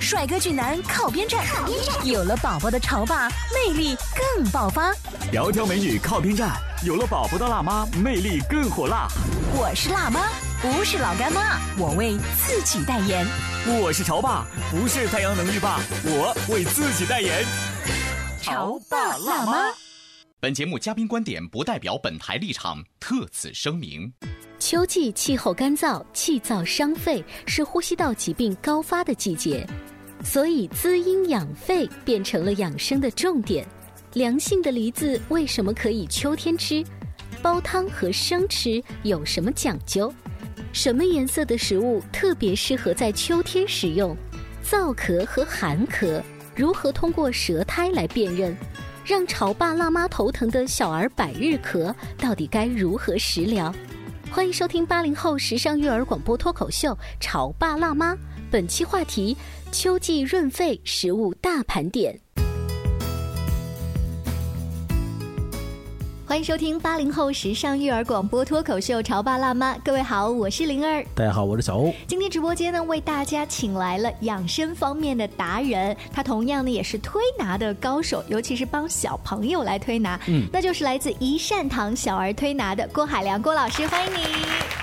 帅哥俊男靠边站，有了宝宝的潮爸魅力更爆发。窈窕美女靠边站，有了宝宝的辣妈魅力更火辣。我是辣妈，不是老干妈，我为自己代言。我是潮爸，不是太阳能浴霸，我为自己代言。潮爸辣妈。本节目嘉宾观点不代表本台立场，特此声明。秋季气候干燥，气燥伤肺，是呼吸道疾病高发的季节，所以滋阴养肺变成了养生的重点。凉性的梨子为什么可以秋天吃？煲汤和生吃有什么讲究？什么颜色的食物特别适合在秋天食用？燥咳和寒咳如何通过舌苔来辨认？让潮爸辣妈头疼的小儿百日咳到底该如何食疗？欢迎收听八零后时尚育儿广播脱口秀《潮爸辣妈》，本期话题：秋季润肺食物大盘点。欢迎收听八零后时尚育儿广播脱口秀《潮爸辣妈》，各位好，我是灵儿。大家好，我是小欧。今天直播间呢，为大家请来了养生方面的达人，他同样呢也是推拿的高手，尤其是帮小朋友来推拿，嗯那就是来自一善堂小儿推拿的郭海良郭老师，欢迎你。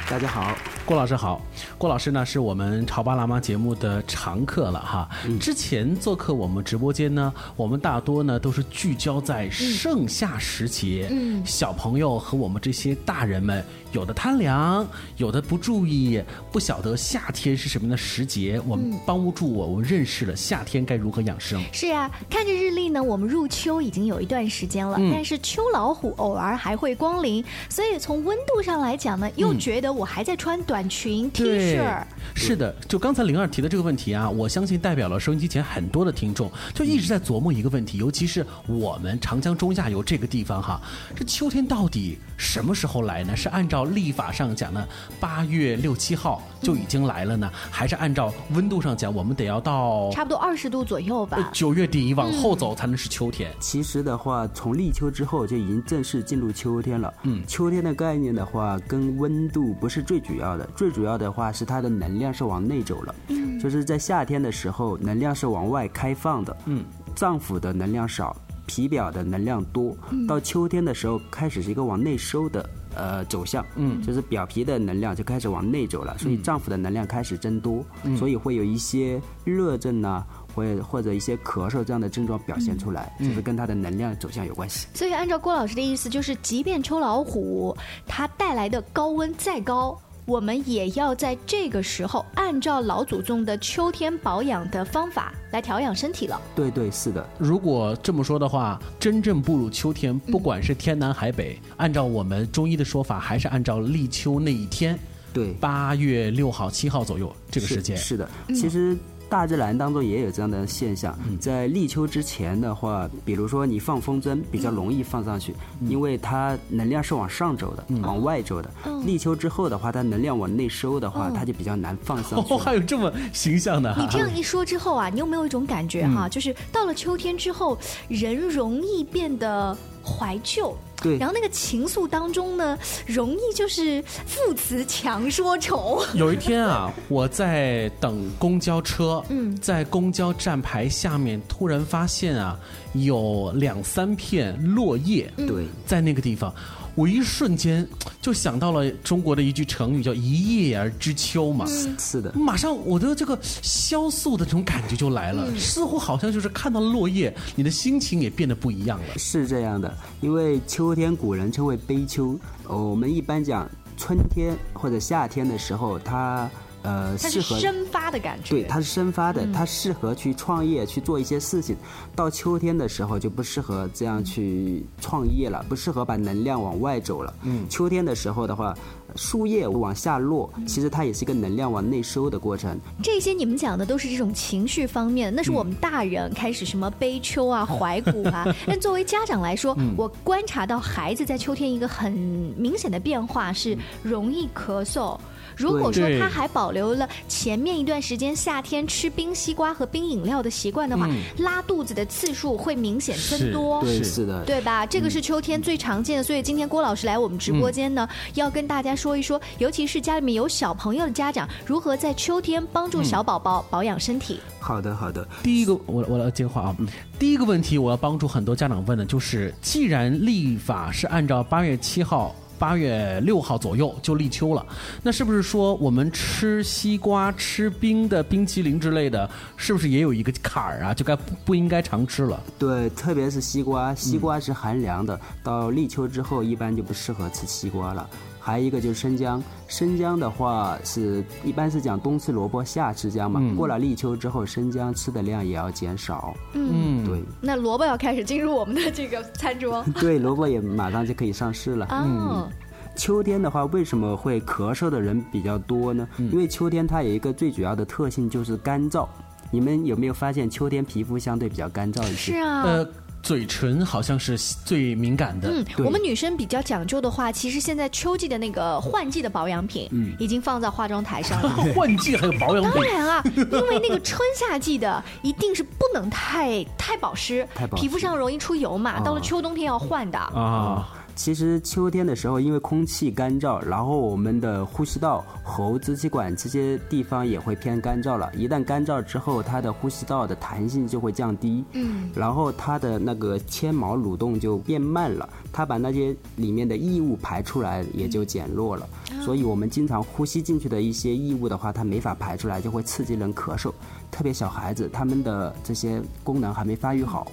大家好，郭老师好，郭老师呢是我们《潮爸辣妈》节目的常客了哈。之前做客我们直播间呢，我们大多呢都是聚焦在盛夏时节，嗯小朋友和我们这些大人们，有的贪凉，有的不注意，不晓得夏天是什么样的时节。我们帮助我，我们认识了夏天该如何养生。是啊，看着日历呢，我们入秋已经有一段时间了，但是秋老虎偶尔还会光临，所以从温度上来讲呢，又觉得我还在穿短裙、T 对，恤儿。是的，就刚才灵儿提的这个问题啊，我相信代表了收音机前很多的听众，就一直在琢磨一个问题，尤其是我们长江中下游这个地方哈，这秋天到底什么时候来呢？是按照历法上讲呢，八月六七号就已经来了呢，还是按照温度上讲，我们得要到差不多二十度左右吧。呃九月底往后走才能是秋天？其实的话，从立秋之后就已经正式进入秋天了。嗯，秋天的概念的话，跟温度不是最主要的，最主要的话是它的能量是往内走了。嗯，就是在夏天的时候，能量是往外开放的。嗯，脏腑的能量少，皮表的能量多。到秋天的时候，开始是一个往内收的。呃，走向，嗯，就是表皮的能量就开始往内走了，所以脏腑的能量开始增多，所以会有一些热症啊呐、或者或者一些咳嗽这样的症状表现出来，嗯就是跟它的能量走向有关系。所以按照郭老师的意思，就是即便秋老虎它带来的高温再高。我们也要在这个时候按照老祖宗的秋天保养的方法来调养身体了。对对，是的，如果这么说的话，真正步入秋天，不管是天南海北，按照我们中医的说法，还是按照立秋那一天，对，八月六号、七号左右这个时间。是是的，其实。大自然当中也有这样的现象，嗯在立秋之前的话，比如说你放风筝比较容易放上去，嗯因为它能量是往上走的，往外走的。立秋之后的话，它能量往内收的话，它就比较难放上去 哦，了。还有这么形象的、啊，你这样一说之后啊，你有没有一种感觉哈、就是到了秋天之后，人容易变得怀旧。对然后那个情愫当中呢，容易就是父词强说愁。有一天啊，我在等公交车，嗯在公交站牌下面突然发现啊，有两三片落叶，嗯对，在那个地方，我一瞬间就想到了中国的一句成语叫“一叶而知秋”嘛。嗯是的，马上我的这个萧瑟的这种感觉就来了，嗯似乎好像就是看到了落叶，你的心情也变得不一样了。是这样的，因为秋天古人称为悲秋，呃我们一般讲春天或者夏天的时候，它呃它适是合生发嗯发的感觉。对，它是生发的，它适合去创业去做一些事情。到秋天的时候就不适合这样去创业了，不适合把能量往外走了。嗯，秋天的时候的话，树叶往下落，其实它也是一个能量往内收的过程。这些你们讲的都是这种情绪方面，那是我们大人开始什么悲秋啊、怀古 啊。但作为家长来说，嗯我观察到孩子在秋天一个很明显的变化是容易咳嗽。如果说对他还保留了前面一段时间夏天吃冰西瓜和冰饮料的习惯的话，拉肚子的次数会明显增嗯是多。对，是是的，对吧？这个是秋天最常见的，所以今天郭老师来我们直播间呢，嗯要跟大家说一说，尤其是家里面有小朋友的家长，如何在秋天帮助小宝宝保养身体。好的，好的。第一个，我我来接话啊。第一个问题，我要帮助很多家长问的就是，既然立法是按照八月七号。八月六号左右就立秋了，那是不是说我们吃西瓜、吃冰的冰淇淋之类的，是不是也有一个坎儿啊？就该不不应该常吃了？对，特别是西瓜，西瓜是寒凉的，到立秋之后一般就不适合吃西瓜了。还有一个就是生姜，生姜的话是一般是讲冬吃萝卜夏吃姜嘛，过了立秋之后，生姜吃的量也要减少。嗯，对那萝卜要开始进入我们的这个餐桌。对，萝卜也马上就可以上市了。哦，秋天的话，为什么会咳嗽的人比较多呢？因为秋天它有一个最主要的特性就是干燥。你们有没有发现秋天皮肤相对比较干燥一些？是啊。呃，嘴唇好像是最敏感的。 嗯，对我们女生比较讲究的话，其实现在秋季的那个换季的保养品，嗯已经放在化妆台上 了。换季还有保 养当品，然啊，因为那个春夏季的一定是不能太太保湿，太保湿啊皮肤上容易出油嘛。到了秋冬天要换的。啊，其实秋天的时候，因为空气干燥，然后我们的呼吸道、喉、支气管这些地方也会偏干燥了。一旦干燥之后，它的呼吸道的弹性就会降低，嗯，然后它的那个纤毛蠕动就变慢了，它把那些里面的异物排出来也就减弱了。所以我们经常呼吸进去的一些异物的话，它没法排出来，就会刺激人咳嗽。特别小孩子，他们的这些功能还没发育好。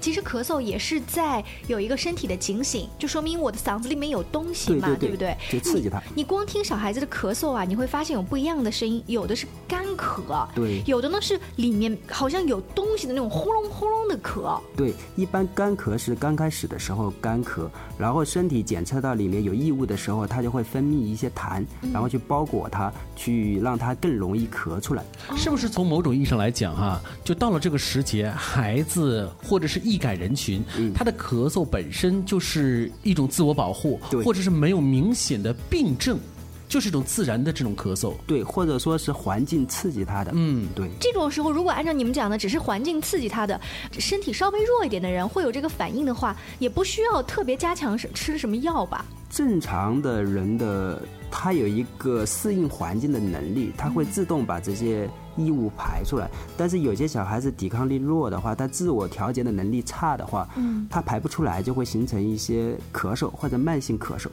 其实咳嗽也是在有一个身体的警醒，就说明我的嗓子里面有东西嘛，对对对不对？嗯就刺激它你。你光听小孩子的咳嗽啊，你会发现有不一样的声音，有的是干咳，对有的呢是里面好像有东西的那种轰隆轰隆的咳。对，一般干咳是刚开始的时候干咳，然后身体检测到里面有异物的时候，它就会分泌一些痰，然后去包裹它，去让它更容易咳出来。是不是从某种意义上来讲哈、就到了这个时节，孩子或者是易感人群，嗯他的咳嗽本身就是一种自我保护，对或者是没有明显的病症，就是一种自然的这种咳嗽。对，或者说是环境刺激它的。嗯，对，这种时候，如果按照你们讲的，只是环境刺激他的身体稍微弱一点的人会有这个反应的话，也不需要特别加强是吃什么药吧？正常的人的他有一个适应环境的能力，他会自动把这些异物排出来。但是有些小孩子抵抗力弱的话，他自我调节的能力差的话，嗯，他排不出来，就会形成一些咳嗽或者慢性咳嗽。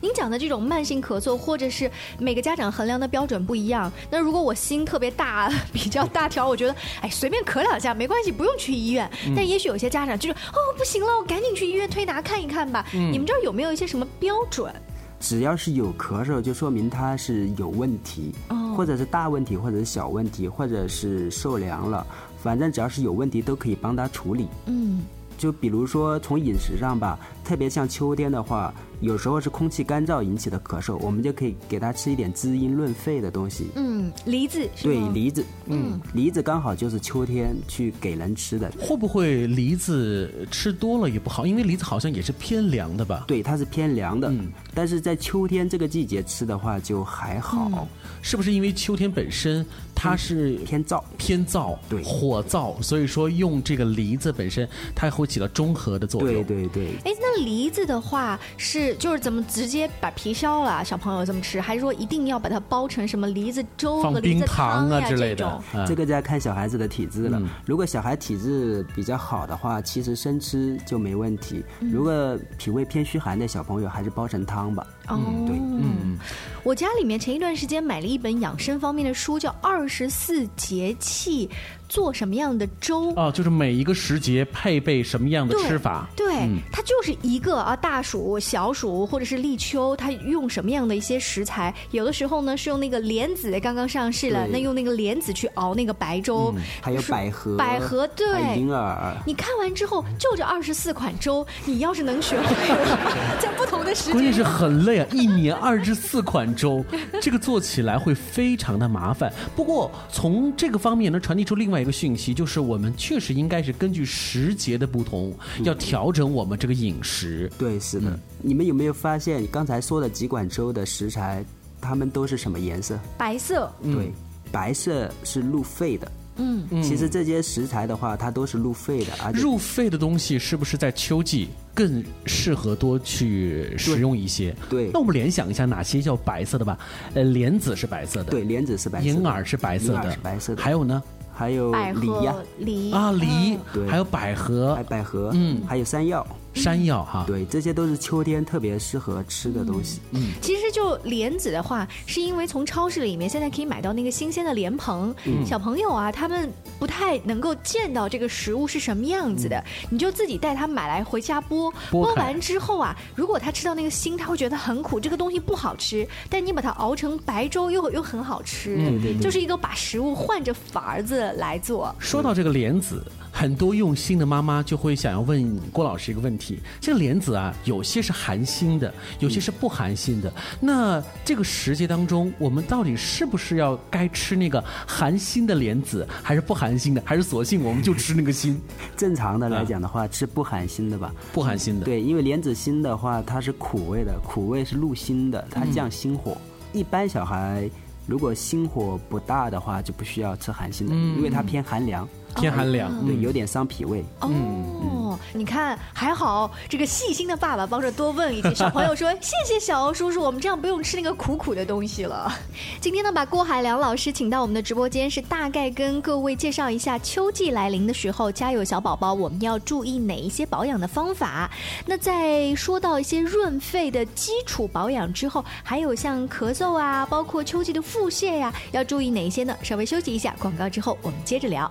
您讲的这种慢性咳嗽，或者是每个家长衡量的标准不一样。那如果我心特别大，比较大条，我觉得哎随便咳两下没关系，不用去医院。嗯但也许有些家长就是哦不行了，我赶紧去医院推拿看一看吧。嗯你们这儿有没有一些什么标准？只要是有咳嗽，就说明它是有问题，哦或者是大问题，或者是小问题，或者是受凉了，反正只要是有问题，都可以帮他处理。嗯，就比如说从饮食上吧，特别像秋天的话，有时候是空气干燥引起的咳嗽，我们就可以给他吃一点滋阴润肺的东西。嗯，梨子是对吗，梨子，嗯，梨子刚好就是秋天去给人吃的，会不会梨子吃多了也不好？因为梨子好像也是偏凉的吧？对，它是偏凉的，嗯但是在秋天这个季节吃的话就还好，嗯是不是因为秋天本身它是嗯偏燥。偏燥，对火燥，所以说用这个梨子本身，它会起到中和的作用。对对对，哎，那梨子的话是就是怎么直接把皮削了，小朋友这么吃，还是说一定要把它包成什么梨子粥放和梨冰子糖呀、啊之类这的种？，嗯这个就要看小孩子的体质了。如果小孩体质比较好的话，其实生吃就没问题。嗯如果脾胃偏虚寒的小朋友，还是煲成汤吧。哦，对嗯，我家里面前一段时间买了一本养生方面的书，叫《二十四节气做什么样的粥。哦，就是每一个时节配备什么样的对吃法。对，嗯它就是一个啊，大暑、小暑或者是立秋，它用什么样的一些食材？有的时候呢是用那个莲子，刚刚上市了，对那用那个莲子去熬那个白粥，还有就是百合，百合对还有银耳，你看完之后，就这二十四款粥，你要是能学会 了，在不同的时关间键是很累啊，一年二至四款粥，这个做起来会非常的麻烦。不过从这个方面能传递出另外一个讯息，就是我们确实应该是根据时节的不同，嗯要调整我们这个饮食。对，是嗯的。你们有没有发现刚才说的几款粥的食材，它们都是什么颜色？白色，嗯对，白色是入肺的。嗯，其实这些食材的话，它都是入肺的，啊而且入肺的东西是不是在秋季更适合多去食用一些？对那我们联想一下，哪些叫白色的吧？呃，莲子是白色的，对，莲子是白色的，银耳是白色银耳的，是白色的，还有呢？还有百梨呀、合、梨啊，梨，对还有百合还、嗯百合，嗯还有山药，山药哈。对，这些都是秋天特别适合吃的东西。其实就莲子的话，是因为从超市里面现在可以买到那个新鲜的莲蓬，嗯小朋友啊，他们不太能够见到这个食物是什么样子的，你就自己带他买来回家剥，嗯剥剥开完之后啊，如果他吃到那个心，他会觉得很苦，这个东西不好吃，但你把它熬成白粥又又很好吃，嗯就是一个把食物换着法子来做。说到这个莲子，很多用心的妈妈就会想要问郭老师一个问题：这个莲子啊，有些是寒心的，有些是不寒心嗯的。那这个时节当中，我们到底是不是要该吃那个寒心的莲子，还是不寒心的，还是索性我们就吃那个心嗯正常的来讲的话，吃不寒心的吧？不寒心的？，对，因为莲子心的话，它是苦味的，苦味是入心的，它降心火。一般小孩如果心火不大的话，就不需要吃寒心的，因为它偏寒凉，偏寒凉。对，有点伤脾胃。哦，你看还好，这个细心的爸爸帮着多问一句。小朋友 说：“谢谢小欧叔叔，我们这样不用吃那个苦苦的东西了。” 今天呢，把郭海良老师请到我们的直播间，是大概跟各位介绍一下秋季来临的时候，家有小宝宝我们要注意哪一些保养的方法。那在说到一些润肺的基础保养之后，还有像咳嗽啊，包括秋季的腹泻呀、要注意哪一些呢？稍微休息一下，广告之后我们接着聊。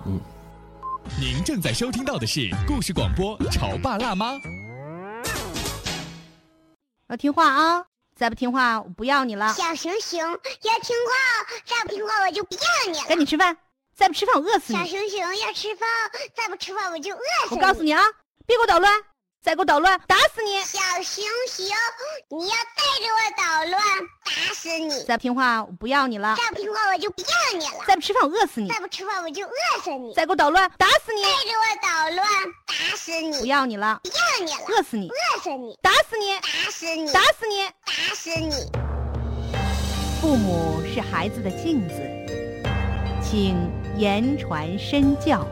您正在收听到的是故事广播《潮爸辣妈》。要听话啊！再不听话，我不要你了。小熊熊要听话哦，再不听话我就不要你了。赶紧吃饭，再不吃饭我饿死小你！熊熊要吃饭哦，再不吃饭我就饿死我你。告诉你啊，别给我捣乱，再给我捣乱，打死你！小熊熊，你要再给我捣乱，打死你！再不听话，我不要你了。再不听话我就不要你了。再不吃饭我饿死你！再不吃饭我就饿死你。再再给我捣乱，打死你！给我捣乱，打死你！不要你了，不要你了，饿死你，饿死你，打死你，打死你，打死你！打死你！父母是孩子的镜子，请言传身教。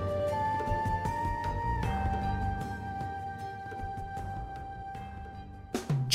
《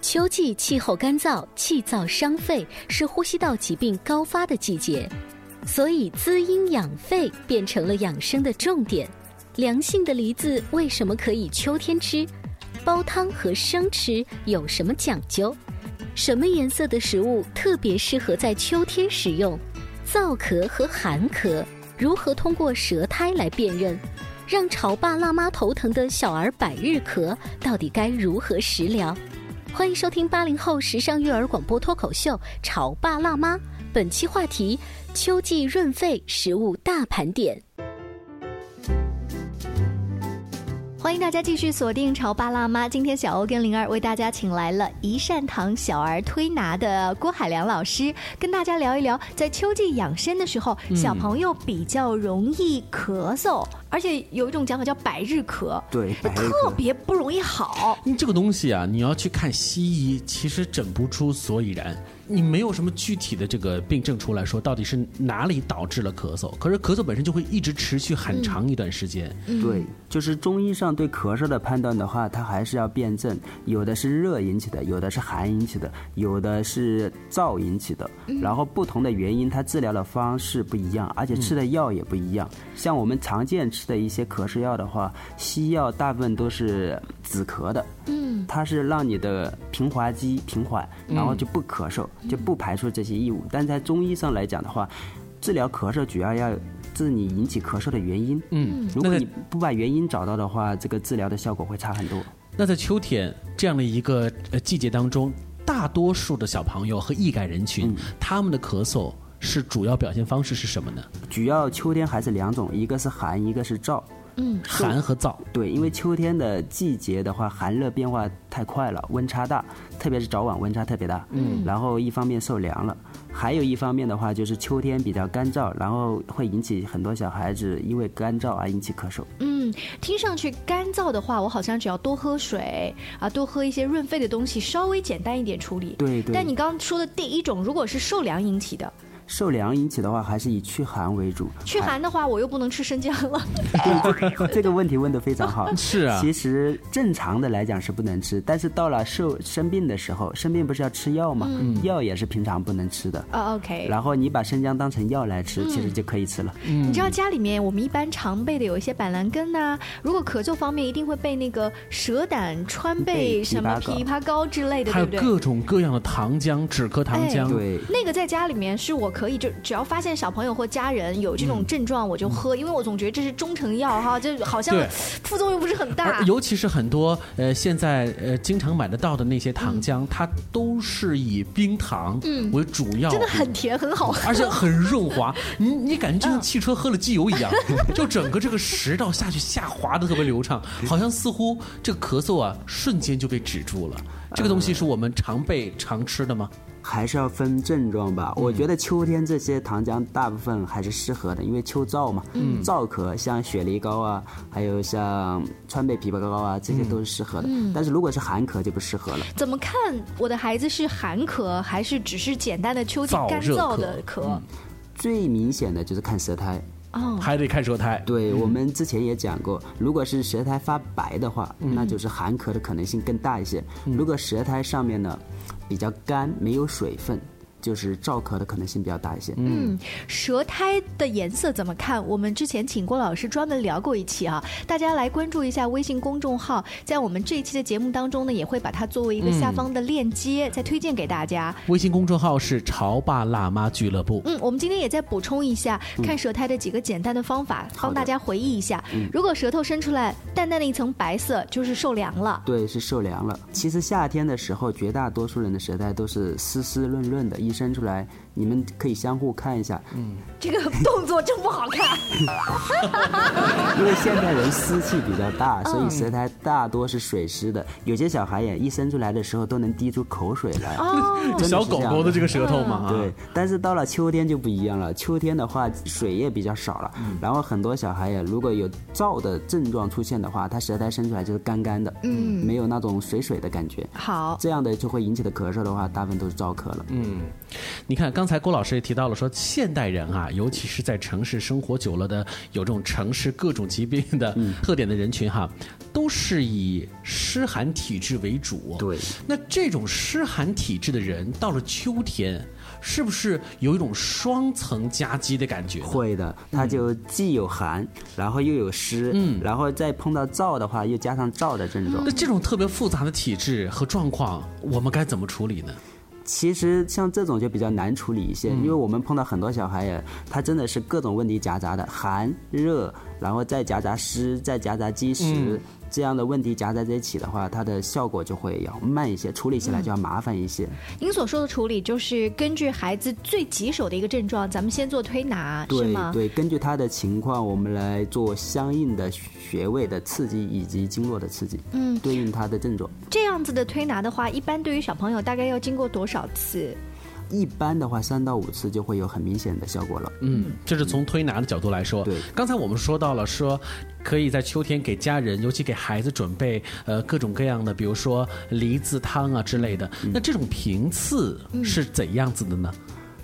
秋季气候干燥，气燥伤肺，是呼吸道疾病高发的季节，所以滋阴养肺变成了养生的重点。凉性的梨子为什么可以秋天吃？煲汤和生吃有什么讲究？什么颜色的食物特别适合在秋天食用？燥咳和寒咳如何通过舌苔来辨认？让潮爸辣妈头疼的小儿百日咳到底该如何食疗？欢迎收听八零后时尚育儿广播脱口秀《潮爸辣妈》，本期话题：秋季润肺食物大盘点。欢迎大家继续锁定《潮爸辣妈》。今天小欧跟灵儿为大家请来了一善堂小儿推拿的郭海良老师，跟大家聊一聊，在秋季养生的时候，嗯小朋友比较容易咳嗽，而且有一种讲法叫百日咳，对，百日特别不容易好。因为这个东西啊，你要去看西医，其实诊不出所以然，你没有什么具体的这个病症出来说到底是哪里导致了咳嗽，可是咳嗽本身就会一直持续很长一段时间。对，就是中医上对咳嗽的判断的话，它还是要辩证，有的是热引起的，有的是寒引起的，有的是燥引起的。然后不同的原因，它治疗的方式不一样，而且吃的药也不一样。像我们常见吃的一些咳嗽药的话，西药大部分都是止咳的，嗯，它是让你的平滑肌平缓，然后就不咳嗽，嗯就不排出这些异物。但在中医上来讲的话，治疗咳嗽主要要治你引起咳嗽的原因。嗯如那果在你不把原因找到的话，这个治疗的效果会差很多。那在秋天这样的一个呃季节当中，大多数的小朋友和易感人群，他们的咳嗽是主要表现方式是什么呢？主要秋天还是两种，一个是寒，一个是燥。嗯，寒和燥。对，因为秋天的季节的话，寒热变化太快了，温差大，特别是早晚温差特别大。嗯然后一方面受凉了，还有一方面的话就是秋天比较干燥，然后会引起很多小孩子因为干燥而引起咳嗽。嗯，听上去干燥的话，我好像只要多喝水啊，多喝一些润肺的东西，稍微简单一点处理。对对但你刚刚说的第一种，如果是受凉引起的，受凉引起的话，还是以祛寒为主。哎去寒的话，我又不能吃生姜 了。这个问题问得非常好。是啊其实正常的来讲是不能吃，但是到了受生病的时候，生病不是要吃药吗？药也是平常不能吃的。啊，OK。然后你把生姜当成药来吃，嗯其实就可以吃了。你知道家里面我们一般常备的有一些板蓝根呐、如果咳嗽方面一定会备那个蛇胆川贝贝什么枇枇杷膏杷膏之类的，对还有不对？各种各样的糖浆、止咳糖浆。哎对，那个在家里面是我可以就只要发现小朋友或家人有这嗯种症状我就喝，因为我总觉得这是中成药哈，就好像对副作用不是很大而。尤其是很多呃现在呃经常买得到的那些糖浆，它都是以冰糖嗯为主要，真的很甜，很 好嗯喝。而且很润 滑，你你感觉就像汽车喝了机油一样，就整个这个食道下去下滑的特别流畅，嗯好像似乎这个咳嗽啊瞬间就被止住了。这个东嗯西是我们常备常吃的吗？还是要分症状吧。我觉得秋天这些糖浆大部分还是适合的，因为秋燥嘛，燥咳像雪梨膏啊，还有像川贝枇杷膏啊，这些都是适合的。但是如果是寒咳就不适合了。怎么看我的孩子是寒咳，还是只是简单的秋季燥干热燥咳的咳？最明显的就是看舌苔，哦，还得看舌苔。对我们之前也讲过，如果是舌苔发白的话，那就是寒咳的可能性更大一些。如果舌苔上面呢比较干，没有水分，就是燥咳的可能性比较大一些。嗯，舌苔的颜色怎么看？我们之前请郭老师专门聊过一期啊，大家来关注一下微信公众号，在我们这一期的节目当中呢，也会把它作为一个下方的链接、再推荐给大家。微信公众号是“潮爸辣妈俱乐部”。嗯，我们今天也再补充一下看舌苔的几个简单嗯的嗯方法，帮大家回忆一下。如果舌头伸出来淡淡的一层白色，就是受凉了。对，是受凉了。其实夏天的时候，绝大多数人的舌苔都是湿湿润润的，一伸出来，你们可以相互看一下，这 个动作真不好看。因为现代人湿气比较大，所以舌苔大多是水湿的。有些小孩也一伸出来的时候都能滴出口水来，真嗯的是小狗这样狗的这个舌头嘛，啊对，，但是到了秋天就不一样了。秋天的话，水也比较少了，嗯然后很多小孩也如果有燥的症状出现的话，他舌苔伸出来就是干干的，嗯，没有那种水水的感觉。好，这样的就会引起的咳嗽的话，大部分都是燥咳了。嗯，你看，刚才郭老师也提到了说，现代人啊，尤其是在城市生活久了的，有这种城市各种疾病的嗯 特点的人群哈，都是以湿寒体质为主。对。那这种湿寒体质的人，到了秋天，是不是有一种双层夹击的感觉呢？会的，它就既有寒，然后又有湿，嗯，然后再碰到燥的话，又加上燥的症状那。这种特别复杂的体质和状况，我们该怎么处理呢？其实像这种就比较难处理一些，因为我们碰到很多小孩也，他真的是各种问题夹杂的，寒热，然后再夹杂湿，再夹杂积食，这样的问题夹杂在一起的话，它的效果就会要慢一些，处理起来就要麻烦一些。您所说的处理，就是根据孩子最棘手的一个症状，咱们先做推拿，是对吗？对，根据他的情况，我们来做相应的穴位的刺激以及经络的刺激，嗯对应他的症状。这样子的推拿的话，一般对于小朋友大概要经过多少次？一般的话，三到五次就会有很明显的效果了。嗯，这是从推拿的角度来说。对，刚才我们说到了说，可以在秋天给家人，尤其给孩子准备呃各种各样的，比如说梨子汤啊之类的。嗯那这种频次是怎样子的呢？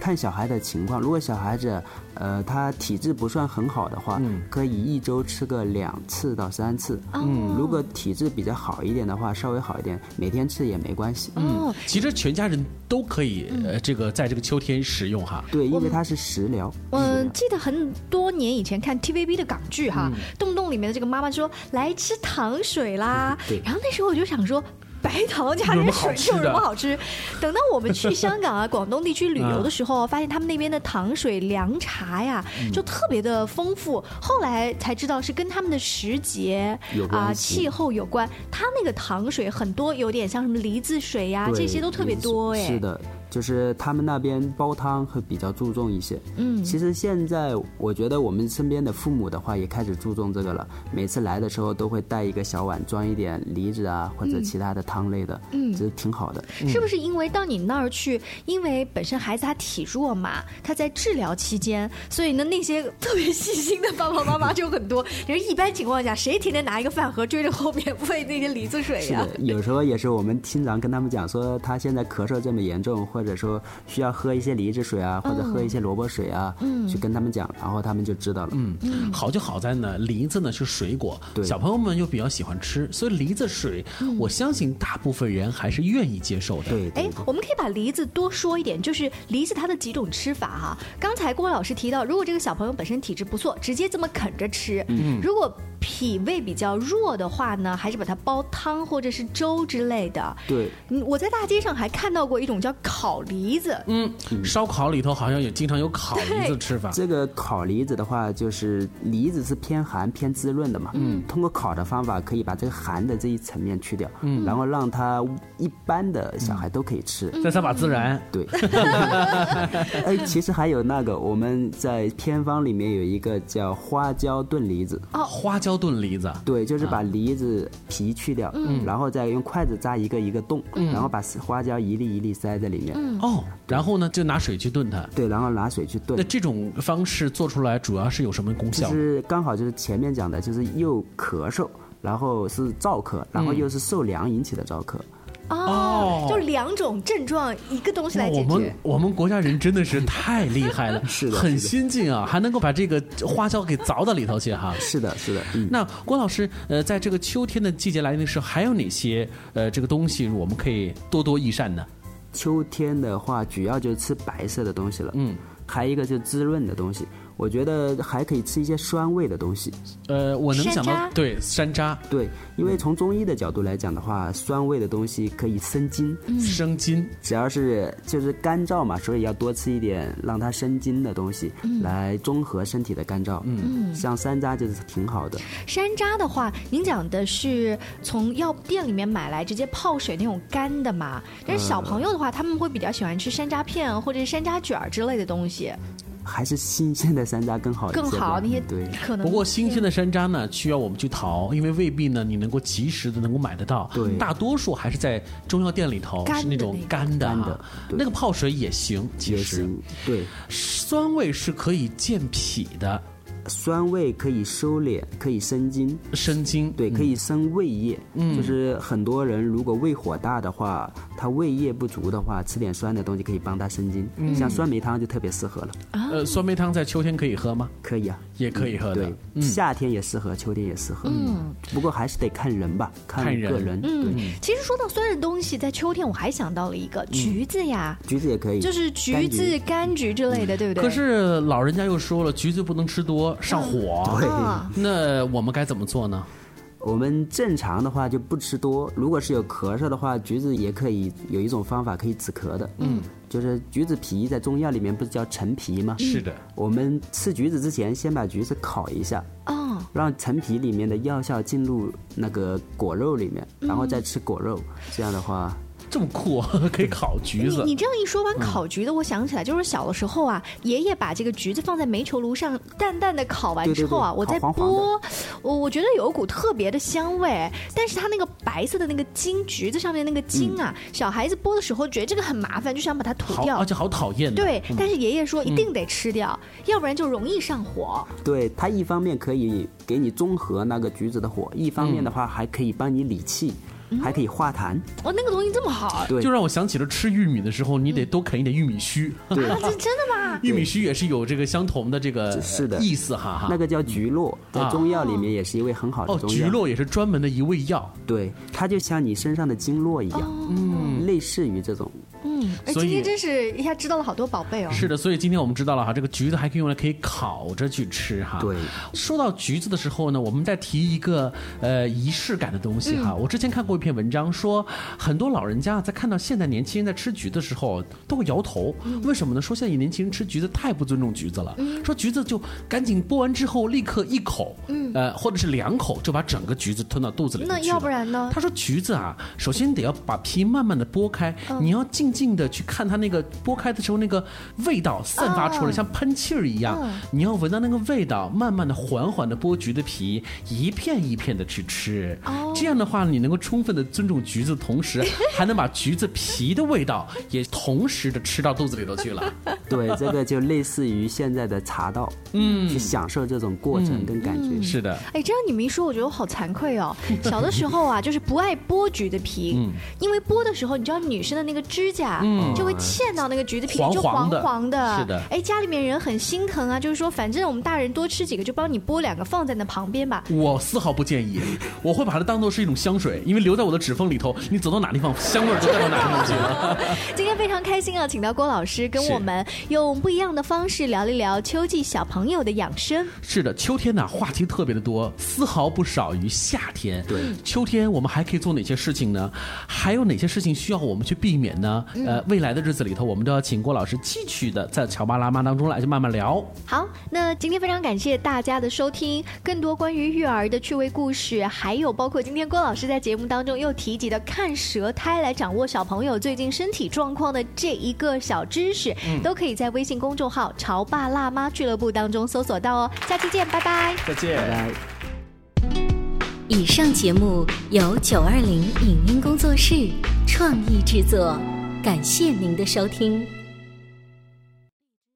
看小孩的情况，如果小孩子，呃，他体质不算很好的话，可以一周吃个两次到三次。嗯，如果体质比较好一点的话，稍微好一点，每天吃也没关系。嗯哦，其实全家人都可以呃这个在这个秋天食用哈。对，因为它是食疗。我嗯记得很多年以前看 TVB 的港剧哈，洞洞里面的这个妈妈说来吃糖水啦，对然后那时候我就想说。白糖加点水有什么好吃的有什么好吃？等到我们去香港啊、广东地区旅游的时候，啊发现他们那边的糖水、凉茶呀，就特别的丰富。后来才知道是跟他们的时节有啊、关系气候有关。他那个糖水很多有点像什么梨子水呀，对啊这些都特别多哎。是，的，就是他们那边煲汤会比较注重一些。嗯，其实现在我觉得我们身边的父母的话也开始注重这个了，每次来的时候都会带一个小碗，装一点梨子啊或者其他的汤类的，嗯其实挺好的。是不嗯是因为到你那儿去，因为本身孩子他体弱嘛，他在治疗期间，所以呢，那些特别细心的爸爸妈妈就很多。你说一般情况下，谁天天拿一个饭盒追着后面喂那些梨子水是呀、的，有时候也是我们经常跟他们讲说，他现在咳嗽这么严重，或者说需要喝一些梨子水啊，或者喝嗯一些萝卜水啊，去跟他们讲，然后他们就知道了。嗯，好就好在呢，梨子呢是水果，对小朋友们又比较喜欢吃，所以梨子水，我相信大部分人还是愿意接受的。对，哎对，我们可以把梨子多说一点，就是梨子它的几种吃法哈、刚才郭老师提到，如果这个小朋友本身体质不错，直接这么啃着吃；嗯如果脾胃比较弱的话呢，还是把它煲汤或者是粥之类的。对，嗯，我在大街上还看到过一种叫烤梨子，嗯，烧烤里头好像也经常有烤梨子吃法。这个烤梨子的话，就是梨子是偏寒偏滋润的嘛，嗯，通过烤的方法可以把这个寒的这一层面去掉，嗯，然后让它一般的小孩都可以吃，再撒把孜然，对。哎，其实还有那个我们在偏方里面有一个叫花椒炖梨子，哦花椒炖梨子，对，就是把梨子皮去掉，然后再用筷子扎一个一个洞，然后把花椒一粒一粒塞在里面，嗯哦，然后呢就拿水去炖它。对，然后拿水去炖那。这种方式做出来主要是有什么功就效？是刚好就是前面讲的，就是又咳嗽，然后是燥咳，然后又是受凉引起的燥咳。哦哦，就两种症状一个东西来我解们决。我们国家人真的是太厉害了， 是的很是的先进啊，还能够把这个花椒给凿到里头去哈。是的，是的，嗯，那郭老师，呃，在这个秋天的季节来临的时候，还有哪些呃这个东西我们可以多多益善呢？秋天的话，主要就是吃白色的东西了。嗯，还有一个就是滋润的东西，我觉得还可以吃一些酸味的东西。呃，我能山想到楂对山楂、对，因为从中医的角度来讲的话，酸味的东西可以生津，嗯生津，只要是就是干燥嘛，所以要多吃一点让它生津的东西，来中和身体的干燥。嗯，像山楂就是挺好的。山楂的话，您讲的是从药店里面买来直接泡水那种干的嘛？但是小朋友的嗯话，他们会比较喜欢吃山楂片啊或者是山楂卷儿之类的东西，还是新鲜的山楂更好一些吧，更好那些对，可能。不过新鲜的山楂呢，需要我们去淘，因为未必呢你能够及时的能够买得到。对大多数还是在中药店里头干的是那种那个干的、啊，干的对那个泡水也行。其也实行。对，酸味是可以健脾的，酸味可以收敛，可以生津，生津。对，可以。以生胃液。嗯，就是很多人如果胃火大的话，他胃液不足的话，吃点酸的东西可以帮他生津，像酸梅汤就特别适合了。啊呃，酸梅汤在秋天可以喝吗？可以啊，也可以喝的对，。夏天也适合，秋天也适合。嗯，不过还是得看人吧，看看人个人。嗯，其实说到酸的东西，在秋天我还想到了一个橘子呀，嗯橘子也可以，就是橘子、柑橘之类的，对不对？可是老人家又说了，橘子不能吃多，上嗯火。啊，那我们该怎么做呢？我们正常的话就不吃多，如果是有咳嗽的话，橘子也可以有一种方法可以止咳的。嗯，就是橘子皮在中药里面不是叫陈皮吗？是的，我们吃橘子之前，先把橘子烤一下，哦，让陈皮里面的药效进入那个果肉里面，然后再吃果肉，这样的话。这么酷、啊， 可以烤橘子。你这样一说完烤橘子，我想起来，就是小的时候啊，爷爷把这个橘子放在煤球炉上，淡淡的烤完之后啊，对对对我再烤黄剥，我我觉得有一股特别的香味。但是它那个白色的那个茎，橘子上面那个茎啊，小孩子剥的时候觉得这个很麻烦，就想把它吐好，掉而。且好讨厌、啊。对，嗯但是爷爷说一定得吃掉，要不然就容易上火。对，它一方面可以给你中和那个橘子的火，一方面的话还可以帮你理气，还可以化痰。哦，那个东西这么好，对，就让我想起了吃玉米的时候，你得多啃一点玉米须。对啊，这真的吗？玉米须也是有这个相同的这个是的意思哈哈。那个叫菊络，在中药里面也是一味很好哦的，中菊药。络也是专门的一味药，对，它就像你身上的经络一样，嗯，类似于这种。嗯，哎，所以今天真是一下知道了好多宝贝哦。是的，所以今天我们知道了哈，这个橘子还可以用来可以烤着去吃哈。对，说到橘子的时候呢，我们再提一个呃仪式感的东西哈。嗯我之前看过一篇文章说，很多老人家在看到现在年轻人在吃橘的时候都会摇头，嗯为什么呢？说现在年轻人吃橘子太不尊重橘子了，说橘子就赶紧剥完之后立刻一口，嗯呃或者是两口就把整个橘子吞到肚子里面那去要了不然呢？他说橘子啊，首先得要把皮慢慢的剥开，你要静静的去看它那个剥开的时候那个味道散发出来，哦像喷气儿一样，你要闻到那个味道，慢慢的缓缓的剥橘的皮，一片一片的去吃。哦这样的话，你能够充分的尊重橘子，同时还能把橘子皮的味道也同时的吃到肚子里头去了。对，这个就类似于现在的茶道，嗯，去享受这种过程跟感觉。是的，哎，这样你们一说，我觉得我好惭愧 哦。小的时候啊，就是不爱剥橘子皮，嗯因为剥的时候，你知道女生的那个指甲就会嵌到那个橘子皮，黄就嗯黄黄的黄是的哎，家里面人很心疼啊，就是说，反正我们大人多吃几个，就帮你剥两个放在那旁边吧。我丝毫不建议，我会把它当做是一种香水，因为留在我的指缝里头，你走到哪地方，香味儿就带到哪地方去了。今天非常开心啊，请到郭老师跟是我们用不一样的方式聊一聊秋季小朋友的养生。是的，秋天呢、话题特别的多，丝毫不少于夏天。对，秋天我们还可以做哪些事情呢？还有哪些事情需要我们去避免呢？呃，未来的日子里头，我们都要请郭老师继续的在乔巴拉妈当中来去慢慢聊。好，那今天非常感谢大家的收听，更多关于育儿的趣味故事，还有包括今天郭老师在节目当中又提及的看舌苔来掌握小朋友最近身体状况的这一个小知识，都可以在微信公众号“潮爸辣妈俱乐部”当中搜索到哦。下期见，拜拜。再见。以上节目由九二零影音工作室创意制作，感谢您的收听。